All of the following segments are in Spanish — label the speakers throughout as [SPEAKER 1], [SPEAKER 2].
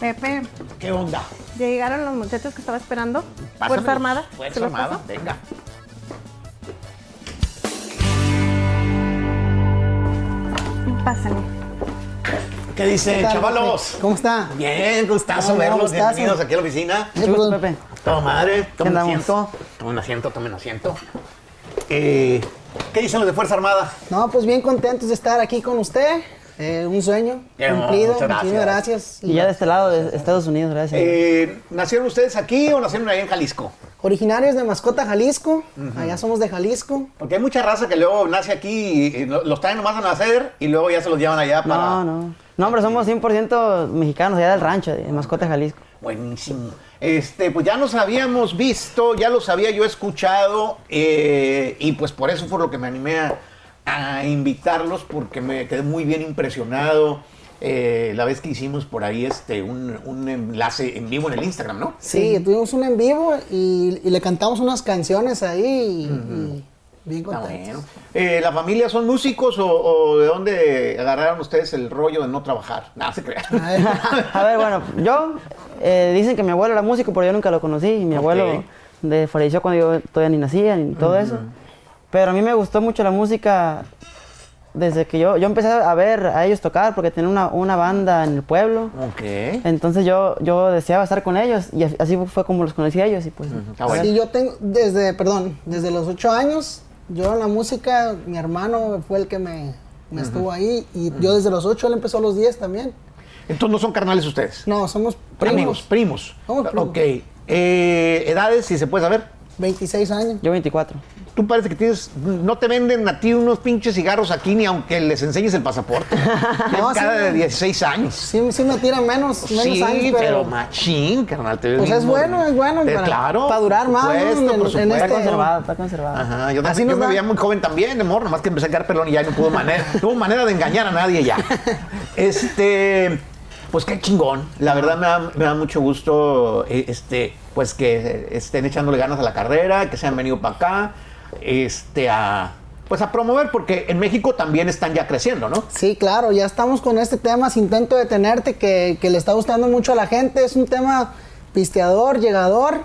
[SPEAKER 1] Pepe,
[SPEAKER 2] ¿Qué onda?
[SPEAKER 1] ya llegaron los muchachos que estaba esperando.
[SPEAKER 2] Pásamelos.
[SPEAKER 1] Fuerza Armada. ¿Se
[SPEAKER 2] Fuerza
[SPEAKER 1] los
[SPEAKER 2] Armada,
[SPEAKER 1] paso?
[SPEAKER 2] venga.
[SPEAKER 1] Pásale.
[SPEAKER 2] ¿Qué dicen,
[SPEAKER 3] ¿Qué tal,
[SPEAKER 2] chavalos?
[SPEAKER 3] Pepe? ¿Cómo está?
[SPEAKER 2] Bien, gustazo
[SPEAKER 3] Hola,
[SPEAKER 2] verlos.
[SPEAKER 3] gustazo.
[SPEAKER 2] Bienvenidos aquí a la oficina.
[SPEAKER 3] Mucho gusto, Pepe.
[SPEAKER 2] Toma madre, tomen
[SPEAKER 3] andamos?
[SPEAKER 2] asiento. Tomen asiento, tomen asiento. Eh, ¿Qué dicen los de Fuerza Armada?
[SPEAKER 3] No, pues bien contentos de estar aquí con usted. Eh, un sueño
[SPEAKER 2] Qué hermoso,
[SPEAKER 3] cumplido.
[SPEAKER 2] muchas gracias.
[SPEAKER 3] Muchísimas gracias.
[SPEAKER 4] Y ya de este lado, de Estados Unidos, gracias.
[SPEAKER 2] Eh, ¿Nacieron ustedes aquí o nacieron allá en Jalisco?
[SPEAKER 3] Originarios de Mascota, Jalisco. Allá somos de Jalisco.
[SPEAKER 2] Porque hay mucha raza que luego nace aquí y, y lo- los traen nomás a nacer y luego ya se los llevan allá para...
[SPEAKER 4] no, no. No, hombre, somos 100% mexicanos allá del rancho, de Mascota, Jalisco.
[SPEAKER 2] Buenísimo. Este, pues ya nos habíamos visto, ya los había yo escuchado eh, y pues por eso fue lo que me animé a, a invitarlos porque me quedé muy bien impresionado eh, la vez que hicimos por ahí este un, un enlace en vivo en el Instagram, ¿no?
[SPEAKER 3] Sí, tuvimos un en vivo y, y le cantamos unas canciones ahí. y- y bien
[SPEAKER 2] Está
[SPEAKER 3] contentos.
[SPEAKER 2] bueno. Eh, ¿La familia son músicos o, o de dónde agarraron ustedes el rollo de no trabajar? Nada, se crean.
[SPEAKER 3] A ver,
[SPEAKER 2] Ah,
[SPEAKER 4] A ver, bueno, yo, eh, dicen que mi abuelo era músico, pero yo nunca lo conocí. Y mi
[SPEAKER 2] Ok.
[SPEAKER 4] abuelo de- falleció cuando yo todavía ni nacía, ni todo eso. Pero a mí me gustó mucho la música desde que yo, yo empecé a ver a ellos tocar, porque tenía una, una banda en el pueblo.
[SPEAKER 2] Ok.
[SPEAKER 4] Entonces yo, yo deseaba estar con ellos y así fue como los conocí a ellos y pues...
[SPEAKER 2] Está Ah, bueno.
[SPEAKER 3] Sí, yo tengo desde, perdón, desde los ocho años, yo en la música, mi hermano fue el que me, me estuvo ahí y yo desde los ocho, él empezó a los 10 también.
[SPEAKER 2] Entonces no son carnales ustedes.
[SPEAKER 3] No, somos
[SPEAKER 2] Amigos,
[SPEAKER 3] primos,
[SPEAKER 2] primos.
[SPEAKER 3] Somos primos.
[SPEAKER 2] Ok. Eh, edades, si se puede saber.
[SPEAKER 3] 26 años.
[SPEAKER 4] Yo 24.
[SPEAKER 2] Tú parece que tienes. No te venden a ti unos pinches cigarros aquí ni aunque les enseñes el pasaporte.
[SPEAKER 3] No,
[SPEAKER 2] Tienes cara
[SPEAKER 3] sí.
[SPEAKER 2] de 16 años.
[SPEAKER 3] Sí, sí me tiran menos, menos
[SPEAKER 2] sí,
[SPEAKER 3] años,
[SPEAKER 2] pero...
[SPEAKER 3] pero,
[SPEAKER 2] machín, carnal. te ves
[SPEAKER 3] pues
[SPEAKER 2] bien
[SPEAKER 3] es bueno,
[SPEAKER 2] moreno.
[SPEAKER 3] es bueno
[SPEAKER 2] Eh,
[SPEAKER 3] para,
[SPEAKER 2] claro,
[SPEAKER 3] para durar
[SPEAKER 2] por
[SPEAKER 3] más ¿no?
[SPEAKER 2] supuesto,
[SPEAKER 3] en,
[SPEAKER 2] por
[SPEAKER 3] en
[SPEAKER 2] supuesto.
[SPEAKER 4] Está
[SPEAKER 3] este
[SPEAKER 4] conservado, está conservado.
[SPEAKER 2] Ajá, yo, también,
[SPEAKER 3] Así nos
[SPEAKER 2] yo me
[SPEAKER 3] da.
[SPEAKER 2] veía muy joven también, de morro, nomás que empecé a quedar pelón y ya no pudo manera, tuvo manera de engañar a nadie ya. Este, pues qué chingón. La verdad me da, me da mucho gusto, eh, este, pues que eh, estén echándole ganas a la carrera, que se han venido para acá, este, a, pues a promover, porque en México también están ya creciendo, ¿no?
[SPEAKER 3] Sí, claro, ya estamos con este tema, sin intento detenerte, que, que le está gustando mucho a la gente, es un tema pisteador, llegador,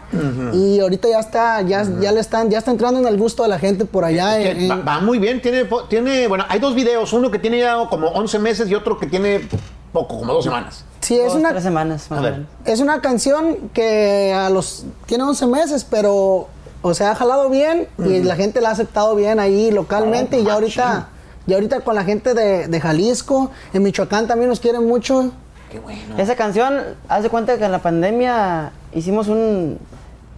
[SPEAKER 3] y ahorita ya está, ya, ya le están, ya está entrando en el gusto de la gente por allá.
[SPEAKER 2] Que
[SPEAKER 3] en-
[SPEAKER 2] va,
[SPEAKER 3] en-
[SPEAKER 2] va muy bien, tiene, po- tiene, bueno, hay dos videos, uno que tiene ya como 11 meses y otro que tiene poco, como dos semanas.
[SPEAKER 3] sí, es
[SPEAKER 4] Dos,
[SPEAKER 3] una,
[SPEAKER 4] tres semanas más
[SPEAKER 2] A
[SPEAKER 4] o
[SPEAKER 2] ver.
[SPEAKER 4] menos.
[SPEAKER 3] es una canción que a los, tiene 11 meses, pero, o sea, ha jalado bien, y la gente la ha aceptado bien ahí localmente,
[SPEAKER 2] Oh,
[SPEAKER 3] y ya ahorita, y ahorita con la gente de, de Jalisco, en Michoacán también nos quieren mucho.
[SPEAKER 2] Qué bueno.
[SPEAKER 4] Esa canción, haz de cuenta que en la pandemia hicimos un...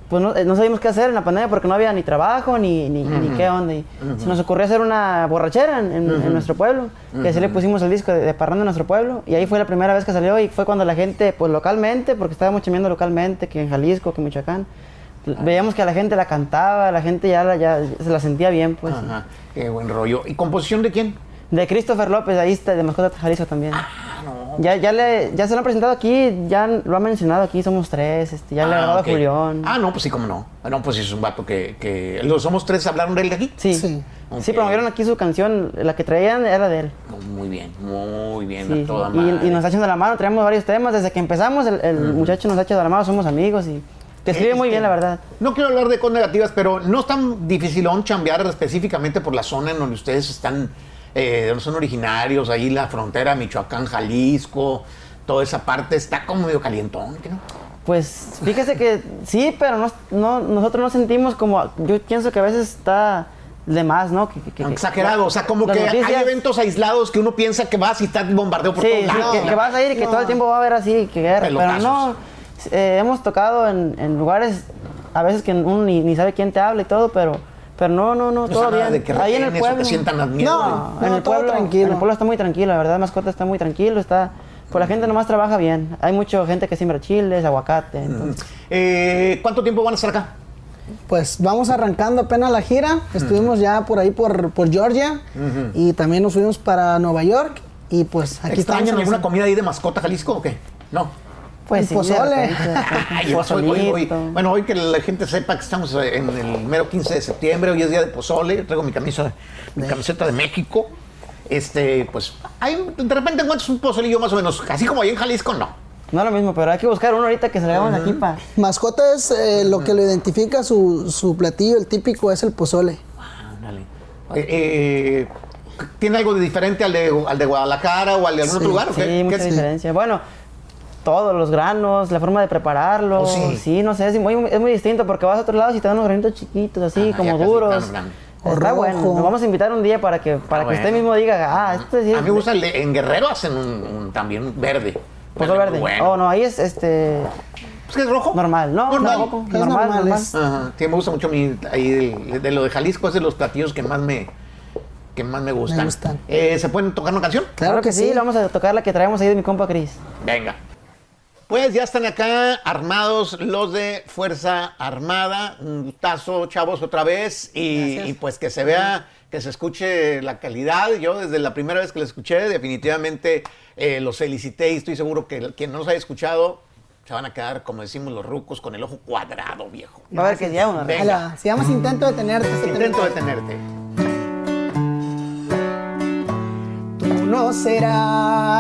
[SPEAKER 4] Pues no, eh, no sabíamos qué hacer en la pandemia porque no había ni trabajo ni, ni, ni qué onda. Y Se nos ocurrió hacer una borrachera en, en- en nuestro pueblo. Y así le pusimos el disco de, de Parranda en nuestro pueblo. Y ahí fue la primera vez que salió y fue cuando la gente, pues localmente, porque estábamos chameando localmente, que en Jalisco, que en Michoacán, veíamos que la gente la cantaba, la gente ya, la- ya se la sentía bien, pues.
[SPEAKER 2] Ajá, qué buen rollo. ¿Y composición de quién?
[SPEAKER 4] De Christopher López, ahí está, de Mascota Jalisco también.
[SPEAKER 2] Ah,
[SPEAKER 4] Ya, ya, le, ya se lo han presentado aquí, ya lo han mencionado aquí, somos tres, este, ya le ha
[SPEAKER 2] Ah,
[SPEAKER 4] grabado
[SPEAKER 2] ok.
[SPEAKER 4] Julián.
[SPEAKER 2] Ah, no, pues sí, cómo no. Ah, No, pues sí, es un vato que, que... ¿Los somos tres hablaron de él de aquí?
[SPEAKER 4] sí.
[SPEAKER 3] sí.
[SPEAKER 4] Sí,
[SPEAKER 2] Ok.
[SPEAKER 4] promovieron aquí su canción, la que traían era de él.
[SPEAKER 2] No, Muy bien, muy bien,
[SPEAKER 4] Sí,
[SPEAKER 2] a toda
[SPEAKER 4] sí.
[SPEAKER 2] madre.
[SPEAKER 4] y, y nos ha echado la mano, traemos varios temas, desde que empezamos el, el muchacho nos ha echado la mano, somos amigos y te escribe muy
[SPEAKER 2] Este,
[SPEAKER 4] bien, la verdad.
[SPEAKER 2] No quiero hablar de cosas negativas, pero no es tan dificilón chambear específicamente por la zona en donde ustedes están, eh, donde son originarios, ahí la frontera Michoacán, Jalisco, toda esa parte está como medio calientón, ¿qué ¿no?
[SPEAKER 4] Pues fíjese que sí, pero no, no- nosotros no sentimos como, yo pienso que a veces está de más, ¿no? Que- que- que-
[SPEAKER 2] Exagerado, o sea, como
[SPEAKER 4] las
[SPEAKER 2] que hay
[SPEAKER 4] noticias-
[SPEAKER 2] eventos aislados que uno piensa que vas y está bombardeo por
[SPEAKER 4] sí,
[SPEAKER 2] todos
[SPEAKER 4] sí,
[SPEAKER 2] lados.
[SPEAKER 4] que, que vas a ir y que todo el tiempo va a haber así, que guerra, pero
[SPEAKER 2] Pelotazos.
[SPEAKER 4] no. eh, hemos tocado en, en lugares a veces que uno ni, ni sabe quién te habla y todo, pero, pero no, no, no,
[SPEAKER 2] No
[SPEAKER 4] todo
[SPEAKER 2] está nada
[SPEAKER 4] bien.
[SPEAKER 2] de que
[SPEAKER 4] Ahí en el
[SPEAKER 2] retenes o
[SPEAKER 4] pueblo.
[SPEAKER 2] te sientan al miedo.
[SPEAKER 4] No,
[SPEAKER 3] No,
[SPEAKER 4] en el
[SPEAKER 3] todo
[SPEAKER 4] pueblo
[SPEAKER 3] tranquilo.
[SPEAKER 4] En el pueblo está muy tranquilo, la verdad, mascota está muy tranquilo, está. Pues la gente nomás trabaja bien. Hay mucha gente que siembra chiles, aguacate. entonces-
[SPEAKER 2] Eh, ¿Cuánto tiempo van a estar acá?
[SPEAKER 3] Pues vamos arrancando apenas la gira. Estuvimos ya por ahí por, por Georgia y también nos fuimos para Nueva York. Y pues aquí
[SPEAKER 2] ¿Extrañan
[SPEAKER 3] estamos.
[SPEAKER 2] alguna comida ahí de mascota Jalisco o qué? No.
[SPEAKER 4] Pues sí, de
[SPEAKER 3] pozole.
[SPEAKER 4] repente, de repente,
[SPEAKER 2] Ay, hoy- hoy- hoy-
[SPEAKER 4] pozolito.
[SPEAKER 2] bueno, hoy que la gente sepa que estamos eh, en el mero 15 de septiembre, hoy es día de pozole, traigo mi camisa, mi camiseta de México. Este, pues, hay, de repente encuentras un pozolillo más o menos, así como ahí en Jalisco, no.
[SPEAKER 4] No es lo mismo, pero hay que buscar uno ahorita que salgamos de aquí para.
[SPEAKER 3] Mascota es eh, lo que lo identifica su, su platillo, el típico es el pozole.
[SPEAKER 2] Ándale. Oye, eh, ¿Tiene algo de diferente al de, al de Guadalajara o al de algún otro lugar? o qué?
[SPEAKER 4] Sí,
[SPEAKER 2] ¿Qué
[SPEAKER 4] mucha
[SPEAKER 2] es?
[SPEAKER 4] diferencia. Bueno, todos los granos, la forma de prepararlo.
[SPEAKER 2] Oh, sí.
[SPEAKER 4] sí. no sé, es muy, es muy distinto porque vas a otro lado y te dan unos granitos chiquitos, así,
[SPEAKER 2] Ah, ya
[SPEAKER 4] como
[SPEAKER 2] casi
[SPEAKER 4] duros.
[SPEAKER 2] tan grande.
[SPEAKER 3] O
[SPEAKER 4] Está
[SPEAKER 3] rojo.
[SPEAKER 4] bueno. Nos vamos a invitar un día para que para
[SPEAKER 2] Ah,
[SPEAKER 4] que usted
[SPEAKER 2] bueno.
[SPEAKER 4] mismo diga, ah, esto sí.
[SPEAKER 2] A mí me gusta el de- en Guerrero hacen un, un también un verde.
[SPEAKER 4] Pozole
[SPEAKER 2] muy
[SPEAKER 4] verde.
[SPEAKER 2] bueno.
[SPEAKER 4] Oh, no, ahí es este
[SPEAKER 2] Pues que es rojo.
[SPEAKER 4] normal, ¿no?
[SPEAKER 2] Normal.
[SPEAKER 4] tampoco,
[SPEAKER 3] Es
[SPEAKER 4] normal,
[SPEAKER 3] normal,
[SPEAKER 4] normal.
[SPEAKER 3] es-
[SPEAKER 2] Ajá. Sí, me gusta mucho mi, ahí de, de lo de Jalisco, es de los platillos que más me, que más me gustan.
[SPEAKER 3] Me gustan.
[SPEAKER 2] Eh, ¿Se pueden tocar una canción?
[SPEAKER 4] Claro, que, sí, le vamos a tocar la que traemos ahí de mi compa Cris.
[SPEAKER 2] Venga. Pues ya están acá armados los de Fuerza Armada. Un gustazo, chavos, otra vez. Y, y pues que se vea, que se escuche la calidad. Yo desde la primera vez que lo escuché, definitivamente eh, los felicité y estoy seguro que el- quien no los haya escuchado se van a quedar, como decimos los rucos, con el ojo cuadrado, viejo.
[SPEAKER 4] Va a ver que ya una.
[SPEAKER 2] Venga.
[SPEAKER 3] Ala, se llama Intento Detenerte. este tema.
[SPEAKER 2] Intento detenerte.
[SPEAKER 3] Tú no serás